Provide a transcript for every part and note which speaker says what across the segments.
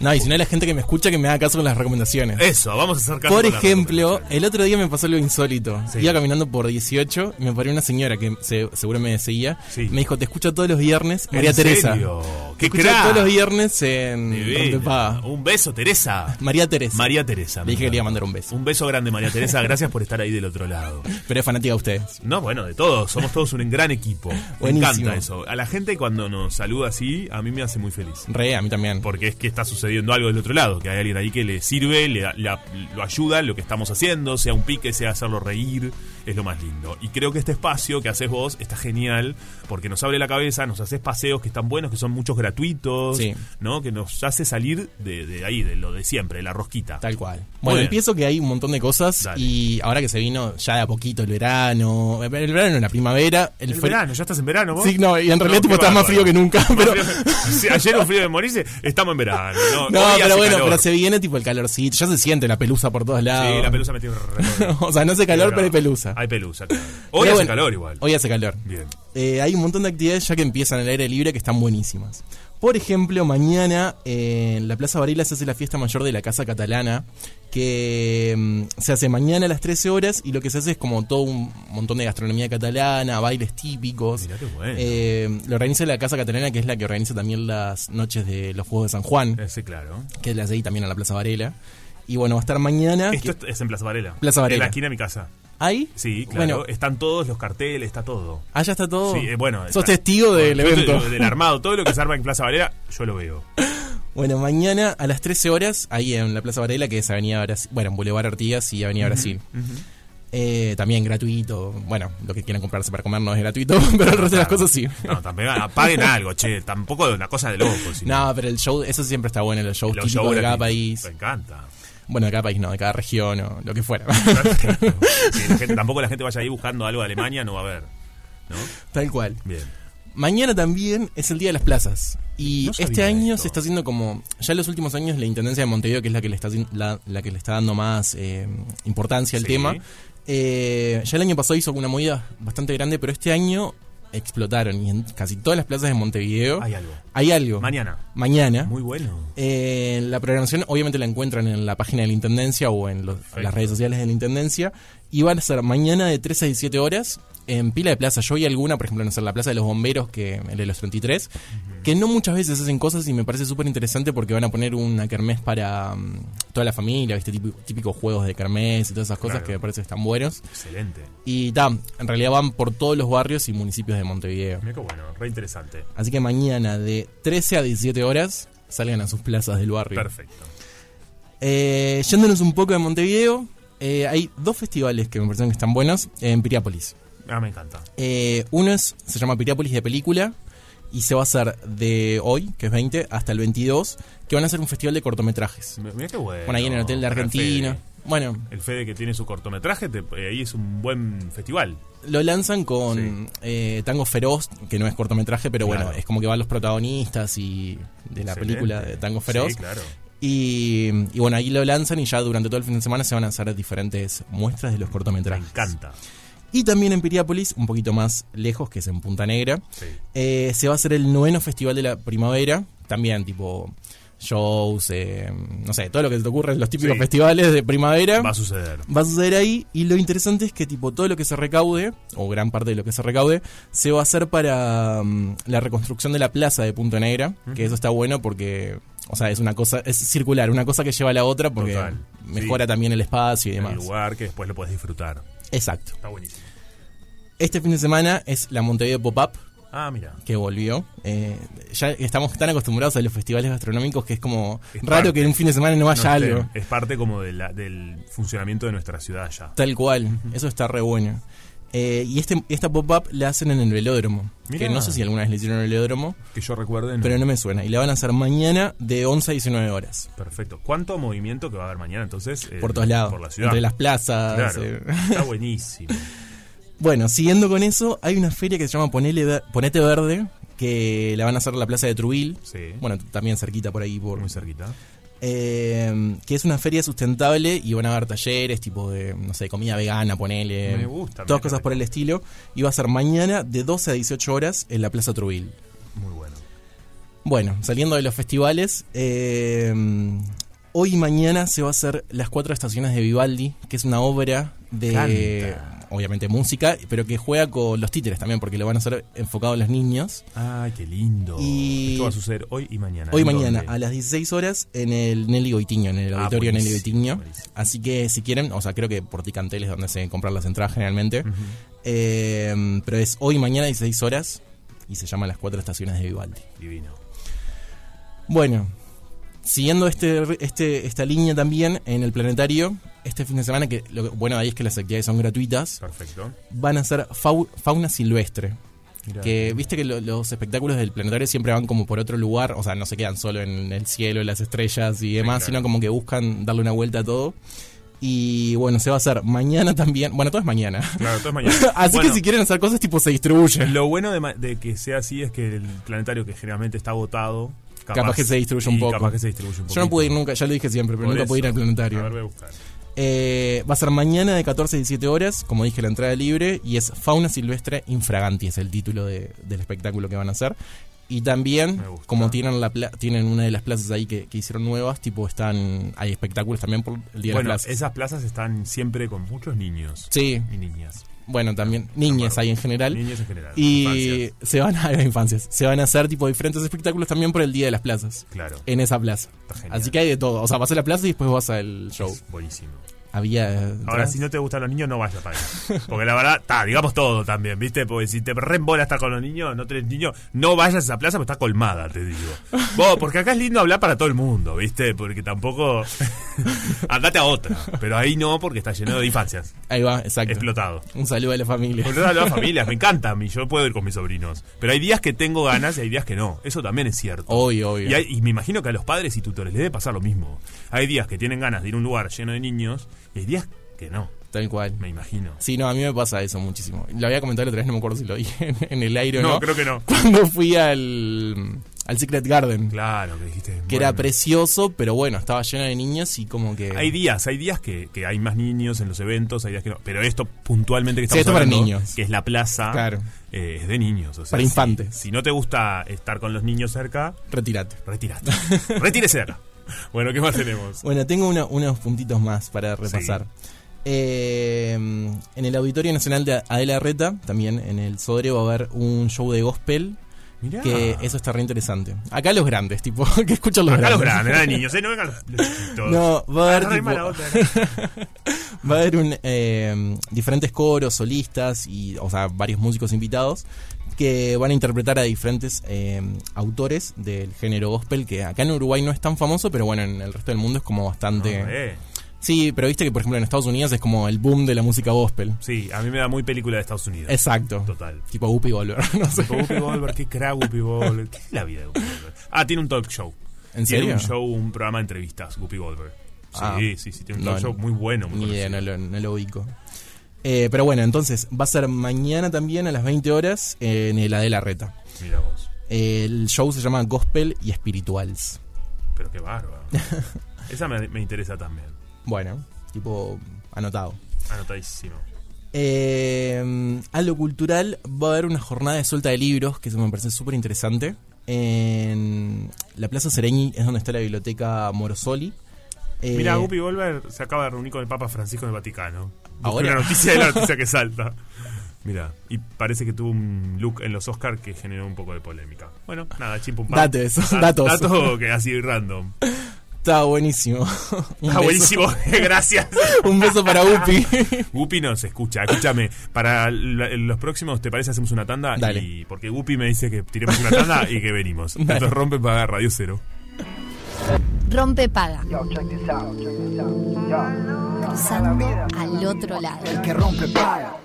Speaker 1: No, y si no, la gente que me escucha que me haga caso con las recomendaciones.
Speaker 2: Eso, vamos a acercar.
Speaker 1: Por ejemplo, el otro día me pasó algo insólito. Iba caminando por 18 y me paró una señora que se- seguro me seguía.
Speaker 2: Sí.
Speaker 1: Me dijo, te escucho todos los viernes, María Teresa. Te
Speaker 2: ¿Qué
Speaker 1: escucho
Speaker 2: crack.
Speaker 1: todos los viernes en
Speaker 2: Divina.
Speaker 1: Rompepaga.
Speaker 2: Un beso, Teresa.
Speaker 1: María Teresa.
Speaker 2: María Teresa.
Speaker 1: Le dije
Speaker 2: mira.
Speaker 1: que le iba a mandar un beso.
Speaker 2: Un beso grande, María Teresa. Gracias por estar ahí del otro lado.
Speaker 1: Pero es fanática de ustedes.
Speaker 2: No, bueno, de todos. Somos todos un gran equipo. Me
Speaker 1: Buenísimo.
Speaker 2: encanta eso. A la gente cuando nos saluda así, a mí me hace muy feliz.
Speaker 1: Re, a mí también.
Speaker 2: Porque es que está sucediendo algo del otro lado, que hay alguien ahí que le sirve, le, da- la- lo ayuda en lo que estamos haciendo, sea un pique, sea hacerlo reír, es lo más lindo. Y creo que este espacio que haces vos está genial, porque nos abre la cabeza, nos haces paseos que están buenos, que son muchos gratuitos,
Speaker 1: Sí.
Speaker 2: ¿no? Que nos hace salir de, de ahí, de lo de siempre, de la rosquita.
Speaker 1: Tal cual.
Speaker 2: Muy
Speaker 1: Bueno,
Speaker 2: bien.
Speaker 1: empiezo que hay un montón de cosas
Speaker 2: Dale.
Speaker 1: y ahora que se vino ya de a poquito el verano, el verano, la primavera, el,
Speaker 2: El
Speaker 1: fri-
Speaker 2: verano, ya estás en verano, vos.
Speaker 1: Sí, no, y en realidad
Speaker 2: qué
Speaker 1: tipo estás más
Speaker 2: bárbaro.
Speaker 1: frío que nunca,
Speaker 2: Más
Speaker 1: pero-
Speaker 2: frío- Sí, ayer un frío de morirse, estamos en verano. No,
Speaker 1: No,
Speaker 2: Hoy hace
Speaker 1: pero bueno,
Speaker 2: calor.
Speaker 1: pero se viene tipo el calorcito, ya se siente la pelusa por todos lados.
Speaker 2: Sí, la pelusa me tiene re-
Speaker 1: o sea, no hace calor, pero hay pelusa.
Speaker 2: Hay pelusa, claro.
Speaker 1: Pero
Speaker 2: Hoy hace
Speaker 1: bueno,
Speaker 2: calor igual.
Speaker 1: Hoy hace calor.
Speaker 2: Bien.
Speaker 1: Eh, hay un montón de actividades ya que empiezan al aire libre que están buenísimas. Por ejemplo, mañana eh, en la Plaza Varela se hace la fiesta mayor de la Casa Catalana, que mm, se hace mañana a las 13 horas y lo que se hace es como todo un montón de gastronomía catalana, bailes típicos.
Speaker 2: Mirá qué bueno.
Speaker 1: Eh, lo organiza la Casa Catalana, que es la que organiza también las noches de los Juegos de San Juan,
Speaker 2: Eh, Sí, claro.
Speaker 1: que las de ahí también a la Plaza Varela. Y bueno, va a estar mañana.
Speaker 2: Esto es- es en Plaza Varela.
Speaker 1: ah, Plaza Varela.
Speaker 2: En la esquina de mi casa.
Speaker 1: ¿Ahí?
Speaker 2: Sí, claro.
Speaker 1: Bueno,
Speaker 2: Están todos los carteles, está todo.
Speaker 1: allá Ah, está todo.
Speaker 2: Sí, eh, bueno.
Speaker 1: Sos
Speaker 2: está-
Speaker 1: testigo del
Speaker 2: Yo estoy-
Speaker 1: evento.
Speaker 2: Del armado, todo lo que se arma en Plaza Varela, yo lo veo.
Speaker 1: Bueno, mañana a las 13 horas, ahí en la Plaza Varela, que es Avenida Brasil, bueno, en Boulevard Artigas y Avenida Brasil. Eh, también gratuito, bueno, lo que quieran comprarse para comer no es gratuito, pero el resto de las cosas sí.
Speaker 2: No, también ah, paguen algo, che. Tampoco es una cosa de loco. sino-
Speaker 1: No, pero el show, eso siempre está bueno, los shows
Speaker 2: los
Speaker 1: típicos
Speaker 2: shows
Speaker 1: de cada
Speaker 2: gratis.
Speaker 1: país.
Speaker 2: Me encanta.
Speaker 1: Bueno, de cada país no, de cada región o lo que fuera.
Speaker 2: Que la gente- tampoco la gente vaya ahí buscando algo de Alemania, no va a haber. ¿no?
Speaker 1: Tal cual.
Speaker 2: Bien.
Speaker 1: Mañana también es el Día de las Plazas. Y
Speaker 2: No sabía
Speaker 1: este año
Speaker 2: esto.
Speaker 1: se está haciendo como. Ya en los últimos años, la intendencia de Montevideo, que es la que le está, haci- la, la que le está dando más eh, importancia al
Speaker 2: Sí.
Speaker 1: tema, eh, ya el año pasado hizo una movida bastante grande, pero este año explotaron. Y en casi todas las plazas de Montevideo
Speaker 2: Hay algo.
Speaker 1: hay algo.
Speaker 2: Mañana.
Speaker 1: Mañana.
Speaker 2: Muy bueno.
Speaker 1: Eh, la programación obviamente la encuentran en la página de la Intendencia o en los- las redes sociales de la Intendencia. Y van a ser mañana de 13 a 17 horas en pila de plaza. Yo vi alguna, por ejemplo, en la Plaza de los Bomberos, que el de los 33, que no muchas veces hacen cosas y me parece súper interesante porque van a poner una kermés para mm, toda la familia, ¿viste? Típico- típicos juegos de kermés y todas esas cosas
Speaker 2: Claro.
Speaker 1: que me parece que están buenos.
Speaker 2: Excelente.
Speaker 1: Y tam, en realidad van por todos los barrios y municipios de Montevideo.
Speaker 2: Mira qué bueno, re interesante.
Speaker 1: Así que mañana de 13 a 17 horas salgan a sus plazas del barrio.
Speaker 2: Perfecto.
Speaker 1: Eh, yéndonos un poco de Montevideo, eh, hay dos festivales que me parecen que están buenos en Piriápolis.
Speaker 2: Ah, me encanta.
Speaker 1: Eh, uno es, se llama Piriápolis de película y se va a hacer de hoy, que es 20, hasta el 22, que van a ser un festival de cortometrajes.
Speaker 2: Mira qué bueno.
Speaker 1: Bueno, ahí en el Hotel de
Speaker 2: Gran
Speaker 1: Argentina.
Speaker 2: Fede.
Speaker 1: Bueno,
Speaker 2: El Fede que tiene su cortometraje, te- eh, ahí es un buen festival.
Speaker 1: lo lanzan con
Speaker 2: Sí.
Speaker 1: eh, Tango Feroz, que no es cortometraje, pero bueno,
Speaker 2: Claro.
Speaker 1: es como que van los protagonistas y de la
Speaker 2: Excelente.
Speaker 1: película de Tango Feroz.
Speaker 2: Sí, claro.
Speaker 1: Y, y bueno, ahí lo lanzan y ya durante todo el fin de semana se van a hacer diferentes muestras de los
Speaker 2: Me
Speaker 1: cortometrajes.
Speaker 2: encanta.
Speaker 1: Y también en Piriápolis, un poquito más lejos, que es en Punta Negra,
Speaker 2: Sí.
Speaker 1: eh, se va a hacer el noveno festival de la primavera. También, tipo shows, eh, no sé, todo lo que se te ocurre en los típicos
Speaker 2: Sí.
Speaker 1: festivales de primavera.
Speaker 2: Va a suceder.
Speaker 1: Va a suceder ahí y lo interesante es que tipo todo lo que se recaude, o gran parte de lo que se recaude, se va a hacer para mm, la reconstrucción de la plaza de Punta Negra, que eso está bueno porque, o sea, es una cosa, es circular, una cosa que lleva a la otra porque
Speaker 2: Total, sí.
Speaker 1: mejora también el espacio y demás.
Speaker 2: El lugar que después lo puedes disfrutar.
Speaker 1: Exacto.
Speaker 2: Está buenísimo.
Speaker 1: Este fin de semana es la Montevideo Pop-Up
Speaker 2: Ah, mira.
Speaker 1: que volvió. Eh, ya estamos tan acostumbrados a los festivales gastronómicos que es como
Speaker 2: Es
Speaker 1: raro
Speaker 2: parte.
Speaker 1: que en un fin de semana no
Speaker 2: No
Speaker 1: haya
Speaker 2: sé,
Speaker 1: algo.
Speaker 2: Es parte como de la- del funcionamiento de nuestra ciudad ya.
Speaker 1: Tal cual, eso está re bueno. Eh, y este, esta pop-up la hacen en el velódromo.
Speaker 2: Mirá.
Speaker 1: Que no sé si alguna vez le hicieron en el velódromo,
Speaker 2: Que yo recuerde.
Speaker 1: pero no me suena. Y la van a hacer mañana de 11 a 19 horas.
Speaker 2: Perfecto. ¿Cuánto movimiento que va a haber mañana entonces? eh,
Speaker 1: Por todos lados.
Speaker 2: Por la ciudad.
Speaker 1: Entre las plazas.
Speaker 2: Claro.
Speaker 1: eh.
Speaker 2: Está buenísimo.
Speaker 1: Bueno, siguiendo con eso, hay una feria que se llama Ponele Ver- Ponete Verde, que la van a hacer en la plaza de Trubil.
Speaker 2: Sí.
Speaker 1: Bueno, también cerquita por ahí, por,
Speaker 2: Muy cerquita.
Speaker 1: Eh, que es una feria sustentable y van a haber talleres tipo de, no sé, comida vegana, ponele.
Speaker 2: Me gusta,
Speaker 1: Todas
Speaker 2: me
Speaker 1: cosas
Speaker 2: encanta.
Speaker 1: por el estilo. Y va a ser mañana de 12 a 18 horas en la Plaza Trubil.
Speaker 2: Muy bueno.
Speaker 1: Bueno, saliendo de los festivales, eh, hoy y mañana se va a hacer Las Cuatro Estaciones de Vivaldi, que es una obra de,
Speaker 2: Canta.
Speaker 1: obviamente, música, pero que juega con los títeres también, porque lo van a hacer enfocado a los niños.
Speaker 2: Ay, qué lindo.
Speaker 1: Y-
Speaker 2: Esto va a suceder hoy y mañana.
Speaker 1: Hoy y
Speaker 2: ¿En
Speaker 1: mañana,
Speaker 2: dónde?
Speaker 1: a las 16 horas, en el Nelly Goitiño, en el
Speaker 2: Ah,
Speaker 1: auditorio Nelly
Speaker 2: buenísimo,
Speaker 1: Goitiño.
Speaker 2: buenísimo.
Speaker 1: Así que si quieren, o sea, creo que por Ticantel es donde se compran las entradas generalmente.
Speaker 2: Ujú.
Speaker 1: Eh, pero es hoy y mañana, 16 horas, y se llama Las Cuatro Estaciones de Vivaldi.
Speaker 2: Divino.
Speaker 1: Bueno, siguiendo este, este, esta línea también en el planetario, este fin de semana, que lo que- bueno de ahí es que las actividades son gratuitas,
Speaker 2: Perfecto.
Speaker 1: van a ser fau- fauna silvestre.
Speaker 2: Mirá.
Speaker 1: Que viste que lo- los espectáculos del planetario siempre van como por otro lugar, o sea, no se quedan solo en el cielo, las estrellas y demás,
Speaker 2: claro.
Speaker 1: sino como que buscan darle una vuelta a todo. Y bueno, se va a hacer mañana también. Bueno, todo es mañana.
Speaker 2: Claro, todo es mañana.
Speaker 1: Así
Speaker 2: Bueno,
Speaker 1: que si quieren hacer cosas, tipo se distribuyen.
Speaker 2: Lo bueno de, ma- de que sea así es que el planetario que generalmente está agotado.
Speaker 1: Capaz que se distribuye un
Speaker 2: y
Speaker 1: poco.
Speaker 2: Capaz que se distribuye un poco.
Speaker 1: Yo no pude ir nunca, ya lo dije siempre, pero
Speaker 2: Por
Speaker 1: nunca pude ir
Speaker 2: eso.
Speaker 1: al planetario.
Speaker 2: A ver, voy a buscar.
Speaker 1: Eh, va a ser mañana de 14 a 17 horas, como dije, la entrada libre, y es Fauna Silvestre Infraganti, es el título de- del espectáculo que van a hacer. Y también,
Speaker 2: Me gusta.
Speaker 1: como tienen la pla- tienen una de las plazas ahí que, que hicieron nuevas, tipo están hay espectáculos también por el día de
Speaker 2: Bueno,
Speaker 1: las plazas.
Speaker 2: esas plazas están siempre con muchos niños
Speaker 1: Sí,
Speaker 2: y niñas.
Speaker 1: bueno, también niñas ahí en general.
Speaker 2: Niñas en general.
Speaker 1: Y
Speaker 2: infancias,
Speaker 1: se van a infancias, se van a hacer tipo diferentes espectáculos también por el día de las plazas,
Speaker 2: Claro.
Speaker 1: en esa plaza.
Speaker 2: Está genial.
Speaker 1: eh, Así que hay de todo, o sea, vas a la plaza y después vas al show.
Speaker 2: Es Buenísimo.
Speaker 1: Había eh,
Speaker 2: Ahora,
Speaker 1: entradas.
Speaker 2: si no te gustan los niños, no vayas para allá. Porque la verdad, ta, digamos todo también, ¿viste? Porque si te reembola estar con los niños, no tenés niños, no vayas a esa plaza porque está colmada, te digo. Vos, porque acá es lindo hablar para todo el mundo, ¿viste? Porque tampoco. Andate a otra. Pero ahí no, porque está lleno de infancias.
Speaker 1: Ahí va, exacto.
Speaker 2: Explotado.
Speaker 1: Un saludo a la familia.
Speaker 2: Porque todas las familias, me encantan. Y yo puedo ir con mis sobrinos. Pero hay días que tengo ganas y hay días que no. Eso también es cierto.
Speaker 1: Obvio, obvio.
Speaker 2: Y, hay- y me imagino que a los padres y tutores les debe pasar lo mismo. Hay días que tienen ganas de ir a un lugar lleno de niños y hay días que no,
Speaker 1: Tal cual.
Speaker 2: me imagino.
Speaker 1: Sí, no, a mí me pasa eso muchísimo. Lo había comentado la otra vez, no me acuerdo si lo dije en, en el aire o
Speaker 2: no,
Speaker 1: no.
Speaker 2: creo que no.
Speaker 1: Cuando fui al, al Secret Garden,
Speaker 2: Claro, que dijiste.
Speaker 1: que
Speaker 2: bueno.
Speaker 1: era precioso, pero bueno, estaba lleno de niños y como que...
Speaker 2: Hay días, hay días que, que hay más niños en los eventos, hay días que no. Pero esto puntualmente que
Speaker 1: Sí,
Speaker 2: estamos
Speaker 1: esto para
Speaker 2: hablando,
Speaker 1: niños.
Speaker 2: que es la plaza,
Speaker 1: Claro,
Speaker 2: eh, es de niños. o sea,
Speaker 1: Para
Speaker 2: si-
Speaker 1: infantes.
Speaker 2: Si, no te gusta estar con los niños cerca,
Speaker 1: retírate.
Speaker 2: retírate. Retírese de acá. Bueno, ¿qué más tenemos?
Speaker 1: Bueno, tengo una- unos puntitos más para repasar. Eh, en el Auditorio Nacional de Adela Reta, también en el Sodre, va a haber un show de gospel,
Speaker 2: Mirá.
Speaker 1: que eso está re interesante. Acá los grandes, tipo, que escuchan los
Speaker 2: Ah. Acá los
Speaker 1: grandes.
Speaker 2: grandes, nada de niños, ¿eh? No vengan los- los chiquitos. Ah,
Speaker 1: No, va a haber
Speaker 2: Agarra
Speaker 1: tipo-
Speaker 2: mala onda,
Speaker 1: Va a haber un, eh, diferentes coros, solistas y, o sea, varios músicos invitados que van a interpretar a diferentes eh, autores del género gospel que acá en Uruguay no es tan famoso, pero bueno, en el resto del mundo es como
Speaker 2: No,
Speaker 1: bastante.
Speaker 2: eh.
Speaker 1: Sí, pero viste que por ejemplo en Estados Unidos es como el boom de la música gospel.
Speaker 2: Sí, a mí me da muy película de Estados Unidos.
Speaker 1: Exacto.
Speaker 2: Total.
Speaker 1: Tipo Whoopi Goldberg, no sé.
Speaker 2: Tipo, Whoopi Goldberg, qué crack Whoopi Goldberg. ¿Qué es la vida de Whoopi Goldberg? Ah, tiene un talk show.
Speaker 1: ¿En
Speaker 2: tiene
Speaker 1: serio?
Speaker 2: un show, un programa de entrevistas, Whoopi Goldberg. Sí,
Speaker 1: Ah.
Speaker 2: sí, sí, tiene un talk
Speaker 1: No,
Speaker 2: show muy bueno, muy
Speaker 1: Ni idea, no
Speaker 2: conocido.
Speaker 1: lo, no lo ubico. Eh, pero bueno, entonces va a ser mañana también a las 20 horas en el Adela Reta.
Speaker 2: Mira vos.
Speaker 1: El show se llama Gospel y Espirituals.
Speaker 2: Pero qué bárbaro. Esa me, me interesa también.
Speaker 1: Bueno, tipo anotado.
Speaker 2: Anotadísimo.
Speaker 1: Eh, a lo cultural va a haber una jornada de suelta de libros que se me parece súper interesante. En la Plaza Sereñi es donde está la biblioteca Morosoli. Eh,
Speaker 2: Mira, Whoopi Goldberg se acaba de reunir con el Papa Francisco en el Vaticano. Busqué
Speaker 1: Ahora.
Speaker 2: Una noticia de la noticia que salta. Mira, y parece que tuvo un look en los Oscars que generó un poco de polémica. Bueno, nada, chimpum
Speaker 1: Dates, datos.
Speaker 2: Datos que así random.
Speaker 1: Está buenísimo. Un
Speaker 2: Ah,
Speaker 1: beso-
Speaker 2: buenísimo, gracias.
Speaker 1: Un beso para Upi.
Speaker 2: Guppy nos escucha, escúchame. Para la- los próximos, ¿te parece? Hacemos una tanda.
Speaker 1: Dale.
Speaker 2: Y, porque Guppy me dice que tiremos una tanda y que venimos.
Speaker 1: Dale.
Speaker 2: Entonces rompe para Radio Cero.
Speaker 3: Rompe paga.
Speaker 4: Yo, check this out, check this out. Yo,
Speaker 3: Cruzando al otro lado.
Speaker 4: el que rompe paga.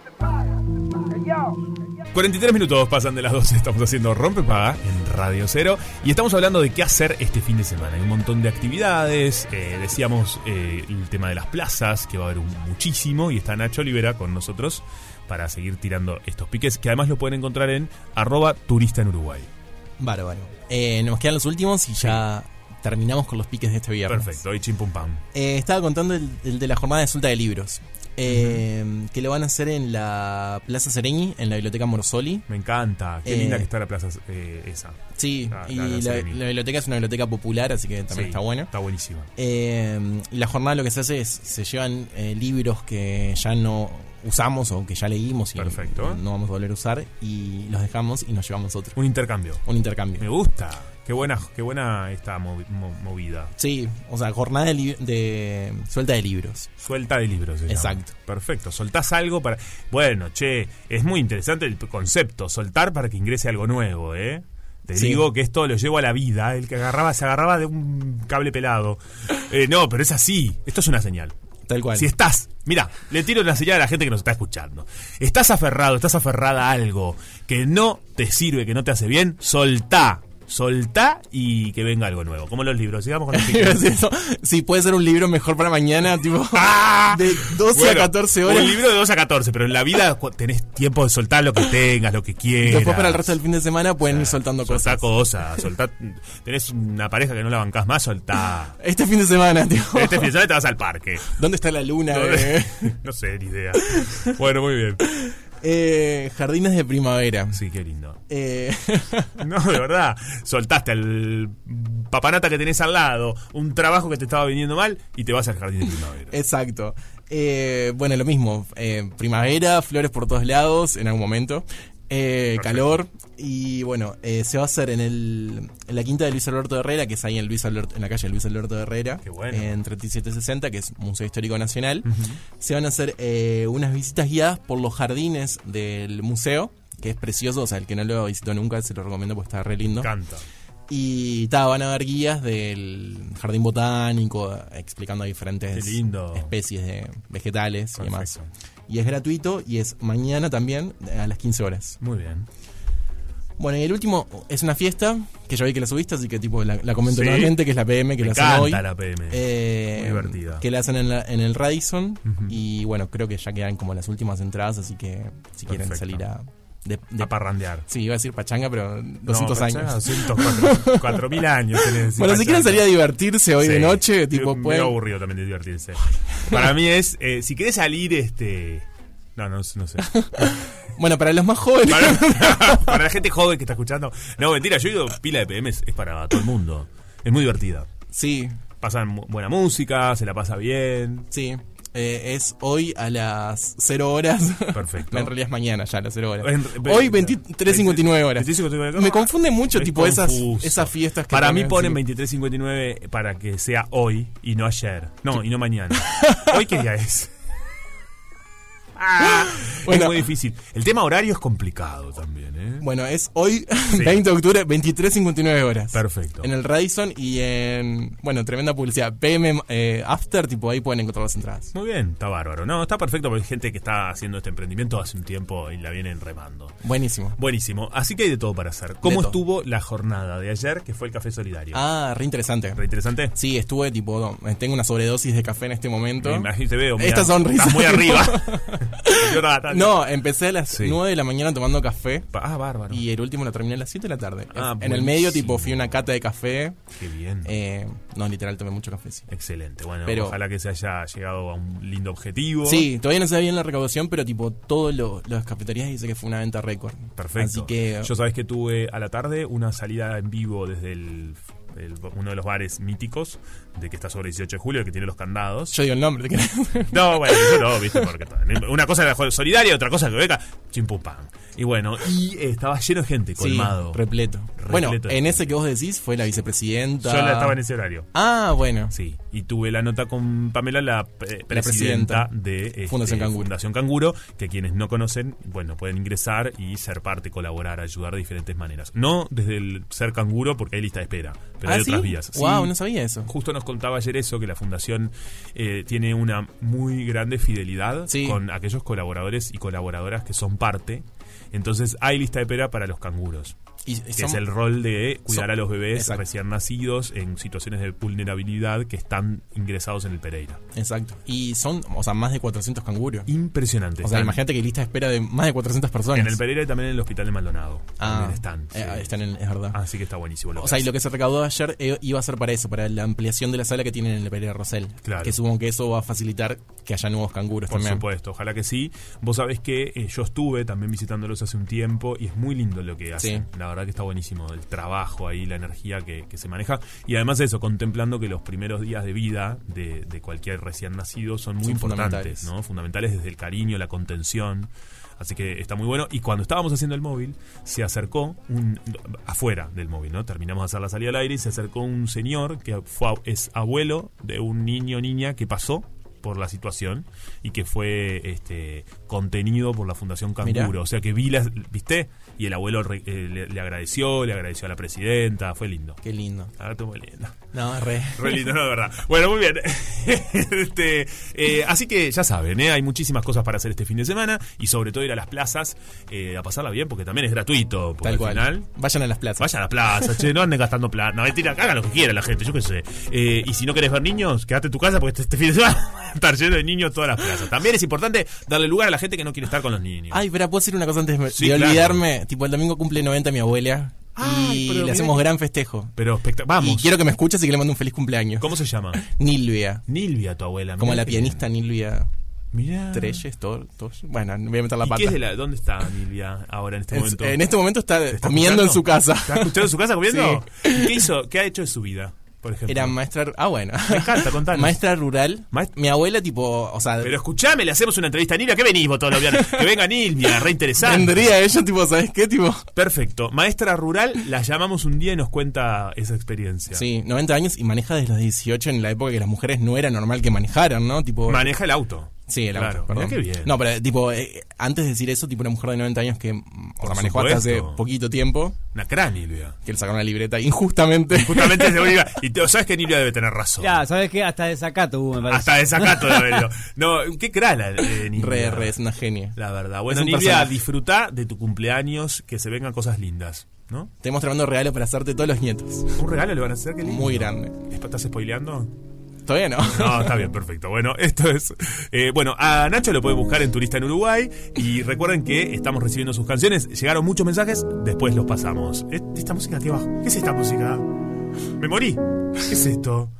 Speaker 2: 43 minutos pasan de las 12. Estamos haciendo Rompe Paga en Radio Cero. Y estamos hablando de qué hacer este fin de semana. Hay un montón de actividades. eh, decíamos eh, el tema de las plazas, que va a haber un- muchísimo. Y está Nacho Olivera con nosotros para seguir tirando estos piques, que además lo pueden encontrar en arroba turista en Uruguay.
Speaker 1: Bárbaro. Eh, nos quedan los últimos y ya terminamos con los piques de este viernes.
Speaker 2: Perfecto, y chimpum pam.
Speaker 1: Eh, estaba contando el, el de la jornada de suelta de libros. eh, que lo van a hacer en la Plaza Sereni, en la Biblioteca Morsoli.
Speaker 2: Me encanta. Qué
Speaker 1: Eh,
Speaker 2: linda que está la plaza eh, esa.
Speaker 1: Sí,
Speaker 2: Ah,
Speaker 1: y
Speaker 2: claro,
Speaker 1: la,
Speaker 2: Sereni.
Speaker 1: la biblioteca es una biblioteca popular, así que también
Speaker 2: Sí,
Speaker 1: está buena.
Speaker 2: Está buenísima.
Speaker 1: Eh, la jornada lo que se hace es, se llevan eh, libros que ya no usamos o que ya leímos y
Speaker 2: Perfecto.
Speaker 1: no vamos a volver a usar y los dejamos y nos llevamos otros.
Speaker 2: Un intercambio.
Speaker 1: Un intercambio.
Speaker 2: Me gusta. Qué buena, qué buena esta movi- mo- movida.
Speaker 1: Sí, o sea, jornada de, li- de suelta de libros.
Speaker 2: Suelta de libros. se llama.
Speaker 1: Exacto.
Speaker 2: Perfecto. Soltás algo para. Bueno, che, es muy interesante el concepto. Soltar para que ingrese algo nuevo, ¿eh? Te
Speaker 1: Sí.
Speaker 2: digo que esto lo llevo a la vida. El que agarraba se agarraba de un cable pelado. Eh, no, pero es así. Esto es una señal.
Speaker 1: Tal cual.
Speaker 2: Si estás, mira, le tiro una señal a la gente que nos está escuchando. Estás aferrado, estás aferrada a algo que no te sirve, que no te hace bien, soltá. Soltá y que venga algo nuevo. Como los libros, sigamos con los
Speaker 1: Iba a
Speaker 2: títulos.
Speaker 1: decir eso. sí, puede ser un libro mejor para mañana, tipo de 12
Speaker 2: Ah. Bueno,
Speaker 1: a 14 horas.
Speaker 2: Un libro de 2 a 14, pero en la vida cu- tenés tiempo de soltar lo que tengas, lo que quieras.
Speaker 1: Después para el resto del fin de semana pueden ir soltando
Speaker 2: Soltá
Speaker 1: cosas.
Speaker 2: cosas, soltá. Tenés una pareja que no la bancás más, soltá.
Speaker 1: Este fin de semana, tipo.
Speaker 2: Este fin de semana te vas al parque.
Speaker 1: ¿Dónde está la luna?
Speaker 2: No,
Speaker 1: eh?
Speaker 2: no sé, ni idea. Bueno, muy bien.
Speaker 1: Eh, jardines de primavera.
Speaker 2: Sí, qué lindo.
Speaker 1: Eh,
Speaker 2: No, de verdad. Soltaste al papanata que tenés al lado, un trabajo que te estaba viniendo mal y te vas al jardín de primavera.
Speaker 1: exacto. Eh, bueno, lo mismo. eh, primavera, flores por todos lados en algún momento. eh,
Speaker 2: Perfecto.
Speaker 1: calor. Y bueno, eh, se va a hacer en, el, en la quinta de Luis Alberto Herrera, que es ahí en, Luis Alberto, en la calle Luis Alberto Herrera,
Speaker 2: Qué bueno.
Speaker 1: en 3760, que es Museo Histórico Nacional. Se van a hacer eh, unas visitas guiadas por los jardines del museo, que es precioso. O sea, el que no lo visitó nunca se lo recomiendo porque está re
Speaker 2: Me
Speaker 1: lindo.
Speaker 2: encanta.
Speaker 1: Y ta, van a haber guías del jardín botánico eh, explicando diferentes
Speaker 2: Qué lindo.
Speaker 1: especies de vegetales y demás.
Speaker 2: Perfecto.
Speaker 1: Y es gratuito y es mañana también eh, a las 15 horas.
Speaker 2: Muy bien.
Speaker 1: Bueno, y el último es una fiesta que ya vi que la subiste, así que tipo la, la comento
Speaker 2: Sí.
Speaker 1: nuevamente, que es la PM que
Speaker 2: Me
Speaker 1: la hacen hoy.
Speaker 2: encanta la PM.
Speaker 1: Eh,
Speaker 2: Muy divertida.
Speaker 1: Que la hacen en, la- en el Radisson. Y bueno, creo que ya quedan como las últimas entradas, así que si quieren
Speaker 2: Perfecto.
Speaker 1: salir a. De, de-
Speaker 2: a parrandear.
Speaker 1: sí, iba a decir pachanga, pero 200
Speaker 2: No,
Speaker 1: años.
Speaker 2: 204, 4000 años. tenés,
Speaker 1: Bueno, si quieren salir a divertirse hoy de
Speaker 2: Sí.
Speaker 1: noche, tipo,
Speaker 2: Me
Speaker 1: pueden.
Speaker 2: aburrido también de divertirse. Para mí es, eh, si querés salir, este... No, no, no sé.
Speaker 1: Bueno, para los más jóvenes.
Speaker 2: Para, para la gente joven que está escuchando. No, mentira, yo digo pila de PM es, es para todo el mundo. Es muy divertida.
Speaker 1: Sí,
Speaker 2: Pasan mu- buena música, se la pasa bien.
Speaker 1: sí. Eh, es hoy a las 0 horas.
Speaker 2: Perfecto.
Speaker 1: en realidad es mañana ya, a las 0 horas.
Speaker 2: En-
Speaker 1: hoy 23.59 horas.
Speaker 2: 23:59.
Speaker 1: Me confunde mucho,
Speaker 2: Es
Speaker 1: tipo, esas,
Speaker 2: confuso.
Speaker 1: esas fiestas que.
Speaker 2: Para mí ponen
Speaker 1: sí.
Speaker 2: 23.59 para que sea hoy y no ayer. No, y no mañana. ¿Hoy qué día es? Ah,
Speaker 1: Bueno.
Speaker 2: Es muy difícil. El tema horario es complicado también, ¿eh?
Speaker 1: Bueno, es hoy, 20 de octubre, 23.59 horas.
Speaker 2: Perfecto.
Speaker 1: En el Radisson y en. Bueno, tremenda publicidad. PM eh, After, tipo, ahí pueden encontrar las entradas.
Speaker 2: Muy bien, está bárbaro. No, está perfecto porque hay gente que está haciendo este emprendimiento hace un tiempo y la vienen remando.
Speaker 1: Buenísimo.
Speaker 2: Buenísimo. Así que hay de todo para hacer. ¿Cómo
Speaker 1: todo.
Speaker 2: estuvo la jornada de ayer que fue el Café Solidario?
Speaker 1: Ah, re interesante.
Speaker 2: ¿Re interesante?
Speaker 1: Sí, estuve tipo, no, eh, tengo una sobredosis de café en este momento.
Speaker 2: Me imagino, te veo. mirá,
Speaker 1: Esta sonrisa.
Speaker 2: Estás muy
Speaker 1: tipo-
Speaker 2: arriba. Yo estaba tan-
Speaker 1: No, empecé a las
Speaker 2: Sí.
Speaker 1: 9 de la mañana tomando café
Speaker 2: Ah, bárbaro.
Speaker 1: y el último lo terminé a las 7 de la tarde.
Speaker 2: Ah,
Speaker 1: en el
Speaker 2: buenísimo.
Speaker 1: medio tipo fui a una cata de café.
Speaker 2: Qué bien.
Speaker 1: Eh, no, literal tomé mucho café, sí.
Speaker 2: Excelente. Bueno,
Speaker 1: pero-
Speaker 2: ojalá que se haya llegado a un lindo objetivo.
Speaker 1: Sí, todavía no se ve bien la recaudación, pero tipo todo lo, las cafeterías dice que fue una venta récord.
Speaker 2: Perfecto.
Speaker 1: Así que
Speaker 2: Yo sabes que tuve a la tarde una salida en vivo desde el, el- uno de los bares míticos de que está sobre 18 de julio, que tiene los candados.
Speaker 1: yo digo el nombre. ¿qué?
Speaker 2: No, bueno, yo no, viste, porque ta- una cosa era jo- solidaria, otra cosa que beca, chimpum pam. Y bueno, y eh, estaba lleno de gente,
Speaker 1: sí,
Speaker 2: colmado.
Speaker 1: repleto.
Speaker 2: Repleto
Speaker 1: Bueno,
Speaker 2: de
Speaker 1: en
Speaker 2: gente.
Speaker 1: ese que vos decís fue la vicepresidenta.
Speaker 2: yo la estaba en ese horario.
Speaker 1: Ah, bueno.
Speaker 2: Sí, y tuve la nota con Pamela, la, eh,
Speaker 1: La
Speaker 2: presidenta
Speaker 1: presidenta
Speaker 2: de este,
Speaker 1: Fundación Canguro.
Speaker 2: Fundación Canguro, que quienes no conocen, bueno, pueden ingresar y ser parte, colaborar, ayudar de diferentes maneras. No desde el ser canguro, porque hay lista de espera, pero
Speaker 1: ¿Ah,
Speaker 2: hay
Speaker 1: sí?
Speaker 2: otras vías. Sí,
Speaker 1: Wow, no sabía eso.
Speaker 2: Justo nos contaba ayer eso, que la fundación eh, tiene una muy grande fidelidad
Speaker 1: Sí.
Speaker 2: con aquellos colaboradores y colaboradoras que son parte. Entonces hay lista de espera para los canguros.
Speaker 1: Y
Speaker 2: que
Speaker 1: son-
Speaker 2: es el rol de cuidar
Speaker 1: son-
Speaker 2: a los bebés
Speaker 1: Exacto.
Speaker 2: recién nacidos en situaciones de vulnerabilidad que están ingresados en el Pereira.
Speaker 1: Exacto. Y son, o sea, más de 400 canguros.
Speaker 2: Impresionante.
Speaker 1: O sea,
Speaker 2: Están
Speaker 1: imagínate que lista de espera de más de 400 personas.
Speaker 2: En el Pereira y también en el Hospital de Maldonado.
Speaker 1: Ah,
Speaker 2: También están.
Speaker 1: eh,
Speaker 2: sí. Ah,
Speaker 1: están en, es verdad.
Speaker 2: Así que está buenísimo. Lo
Speaker 1: O
Speaker 2: que
Speaker 1: sea, y
Speaker 2: hacen.
Speaker 1: lo que se recaudó ayer eh, iba a ser para eso, para la ampliación de la sala que tienen en el Pereira Rosell.
Speaker 2: Claro.
Speaker 1: Que supongo que eso va a facilitar que haya nuevos canguros
Speaker 2: Por
Speaker 1: también.
Speaker 2: supuesto, ojalá que sí. Vos sabés que eh, yo estuve también visitándolos hace un tiempo y es muy lindo lo que hacen. La verdad que está buenísimo el trabajo ahí, la energía que, que se maneja. Y además eso, contemplando que los primeros días de vida de, de cualquier recién nacido son muy
Speaker 1: Son
Speaker 2: importantes,
Speaker 1: fundamentales.
Speaker 2: ¿no? Fundamentales desde el cariño, la contención. Así que está muy bueno. Y cuando estábamos haciendo el móvil, se acercó un. afuera del móvil, ¿no? Terminamos de hacer la salida al aire y se acercó un señor que fue, es abuelo de un niño o niña que pasó por la situación y que fue este contenido por la Fundación
Speaker 1: Mirá.
Speaker 2: Canguro. O sea que vi, las- ¿viste? Y el abuelo re- eh, le, le agradeció, le agradeció a la presidenta, fue lindo.
Speaker 1: Qué lindo.
Speaker 2: Ah, estuvo muy lindo.
Speaker 1: No, re.
Speaker 2: Re lindo, no, de verdad. Bueno, muy bien. Este, eh, así que ya saben, ¿eh? hay muchísimas cosas para hacer este fin de semana y sobre todo ir a las plazas eh, a pasarla bien porque también es gratuito. porque
Speaker 1: Tal
Speaker 2: al
Speaker 1: cual.
Speaker 2: final-
Speaker 1: Vayan a las plazas.
Speaker 2: Vaya a la plaza, che, no anden gastando plata. No, mentira, hagan lo que quiera la gente, yo qué sé. Eh, y si no querés ver niños, quédate en tu casa porque este, este fin de semana va a estar lleno de niños todas las plazas. También es importante darle lugar a la gente que no quiere estar con los niños.
Speaker 1: Ay, pero puedo decir una cosa antes de
Speaker 2: Sí,
Speaker 1: de
Speaker 2: claro.
Speaker 1: olvidarme. Tipo, el domingo cumple 90 mi abuela.
Speaker 2: Ay, pero
Speaker 1: y le
Speaker 2: mira
Speaker 1: hacemos
Speaker 2: que-
Speaker 1: gran festejo.
Speaker 2: Pero espectac-
Speaker 1: Y
Speaker 2: vamos.
Speaker 1: quiero que me escuches y que le mando un feliz cumpleaños.
Speaker 2: ¿Cómo se llama?
Speaker 1: Nilvia.
Speaker 2: Nilvia, tu abuela.
Speaker 1: Como
Speaker 2: mirá
Speaker 1: la
Speaker 2: que-
Speaker 1: pianista Nilvia
Speaker 2: Mirá.
Speaker 1: Treyes, todo, todo- Bueno, voy a meter la
Speaker 2: ¿Y
Speaker 1: pata.
Speaker 2: qué es de la- ¿Dónde está Nilvia ahora en este
Speaker 1: En-
Speaker 2: momento?
Speaker 1: en este momento está,
Speaker 2: ¿Está
Speaker 1: comiendo en
Speaker 2: escuchando?
Speaker 1: su casa.
Speaker 2: ¿Está escuchando en su casa comiendo? ¿Y ¿Qué hizo? ¿Qué ha hecho de su vida? Por ejemplo.
Speaker 1: Era maestra. Ah, bueno.
Speaker 2: Me encanta, contanos.
Speaker 1: Maestra rural.
Speaker 2: Maest-
Speaker 1: Mi abuela, tipo. O sea,
Speaker 2: Pero escuchame, le hacemos una entrevista a Nilvia. ¿Qué venís vos todos los viernes? Que venga Nilvia, re interesante.
Speaker 1: vendría ella, tipo, ¿sabes qué? Tipo.
Speaker 2: Perfecto. Maestra rural, la llamamos un día y nos cuenta esa experiencia.
Speaker 1: Sí, 90 años y maneja desde los 18 en la época que las mujeres no era normal que manejaran, ¿no? Tipo.
Speaker 2: Maneja el auto.
Speaker 1: Sí, el auto,
Speaker 2: Claro,
Speaker 1: perdón.
Speaker 2: mirá qué bien.
Speaker 1: No, pero tipo, eh, antes de decir eso, tipo una mujer de 90 años que mm, o
Speaker 2: Por
Speaker 1: sea, manejó hasta hace
Speaker 2: supuesto.
Speaker 1: poquito tiempo,
Speaker 2: Una crán, Nilvia.
Speaker 1: que le sacaron la libreta injustamente.
Speaker 2: Justamente se obliga. Y te- sabes que Nilvia debe tener razón.
Speaker 5: Ya, ¿sabes qué? Hasta desacato hubo, me parece.
Speaker 2: Hasta desacato de haberlo. No, qué crán la eh, Nilvia.
Speaker 1: re, re, es una genia.
Speaker 2: La verdad. Bueno,
Speaker 1: Es un
Speaker 2: Nilvia,
Speaker 1: personaje.
Speaker 2: disfruta de tu cumpleaños, que se vengan cosas lindas, ¿no?
Speaker 1: Tenemos tremendo regalo para hacerte todos los nietos.
Speaker 2: Un regalo le van a hacer, qué lindo.
Speaker 1: Muy grande.
Speaker 2: ¿Estás spoileando?
Speaker 1: Todavía no.
Speaker 2: No, está bien, perfecto. Bueno, esto es. eh, bueno, a Nacho lo pueden buscar en Turista en Uruguay. Y recuerden que estamos recibiendo sus canciones. Llegaron muchos mensajes, después los pasamos. Eh, ¿Esta música aquí abajo? ¿Qué es esta música? Me morí. ¿Qué es esto?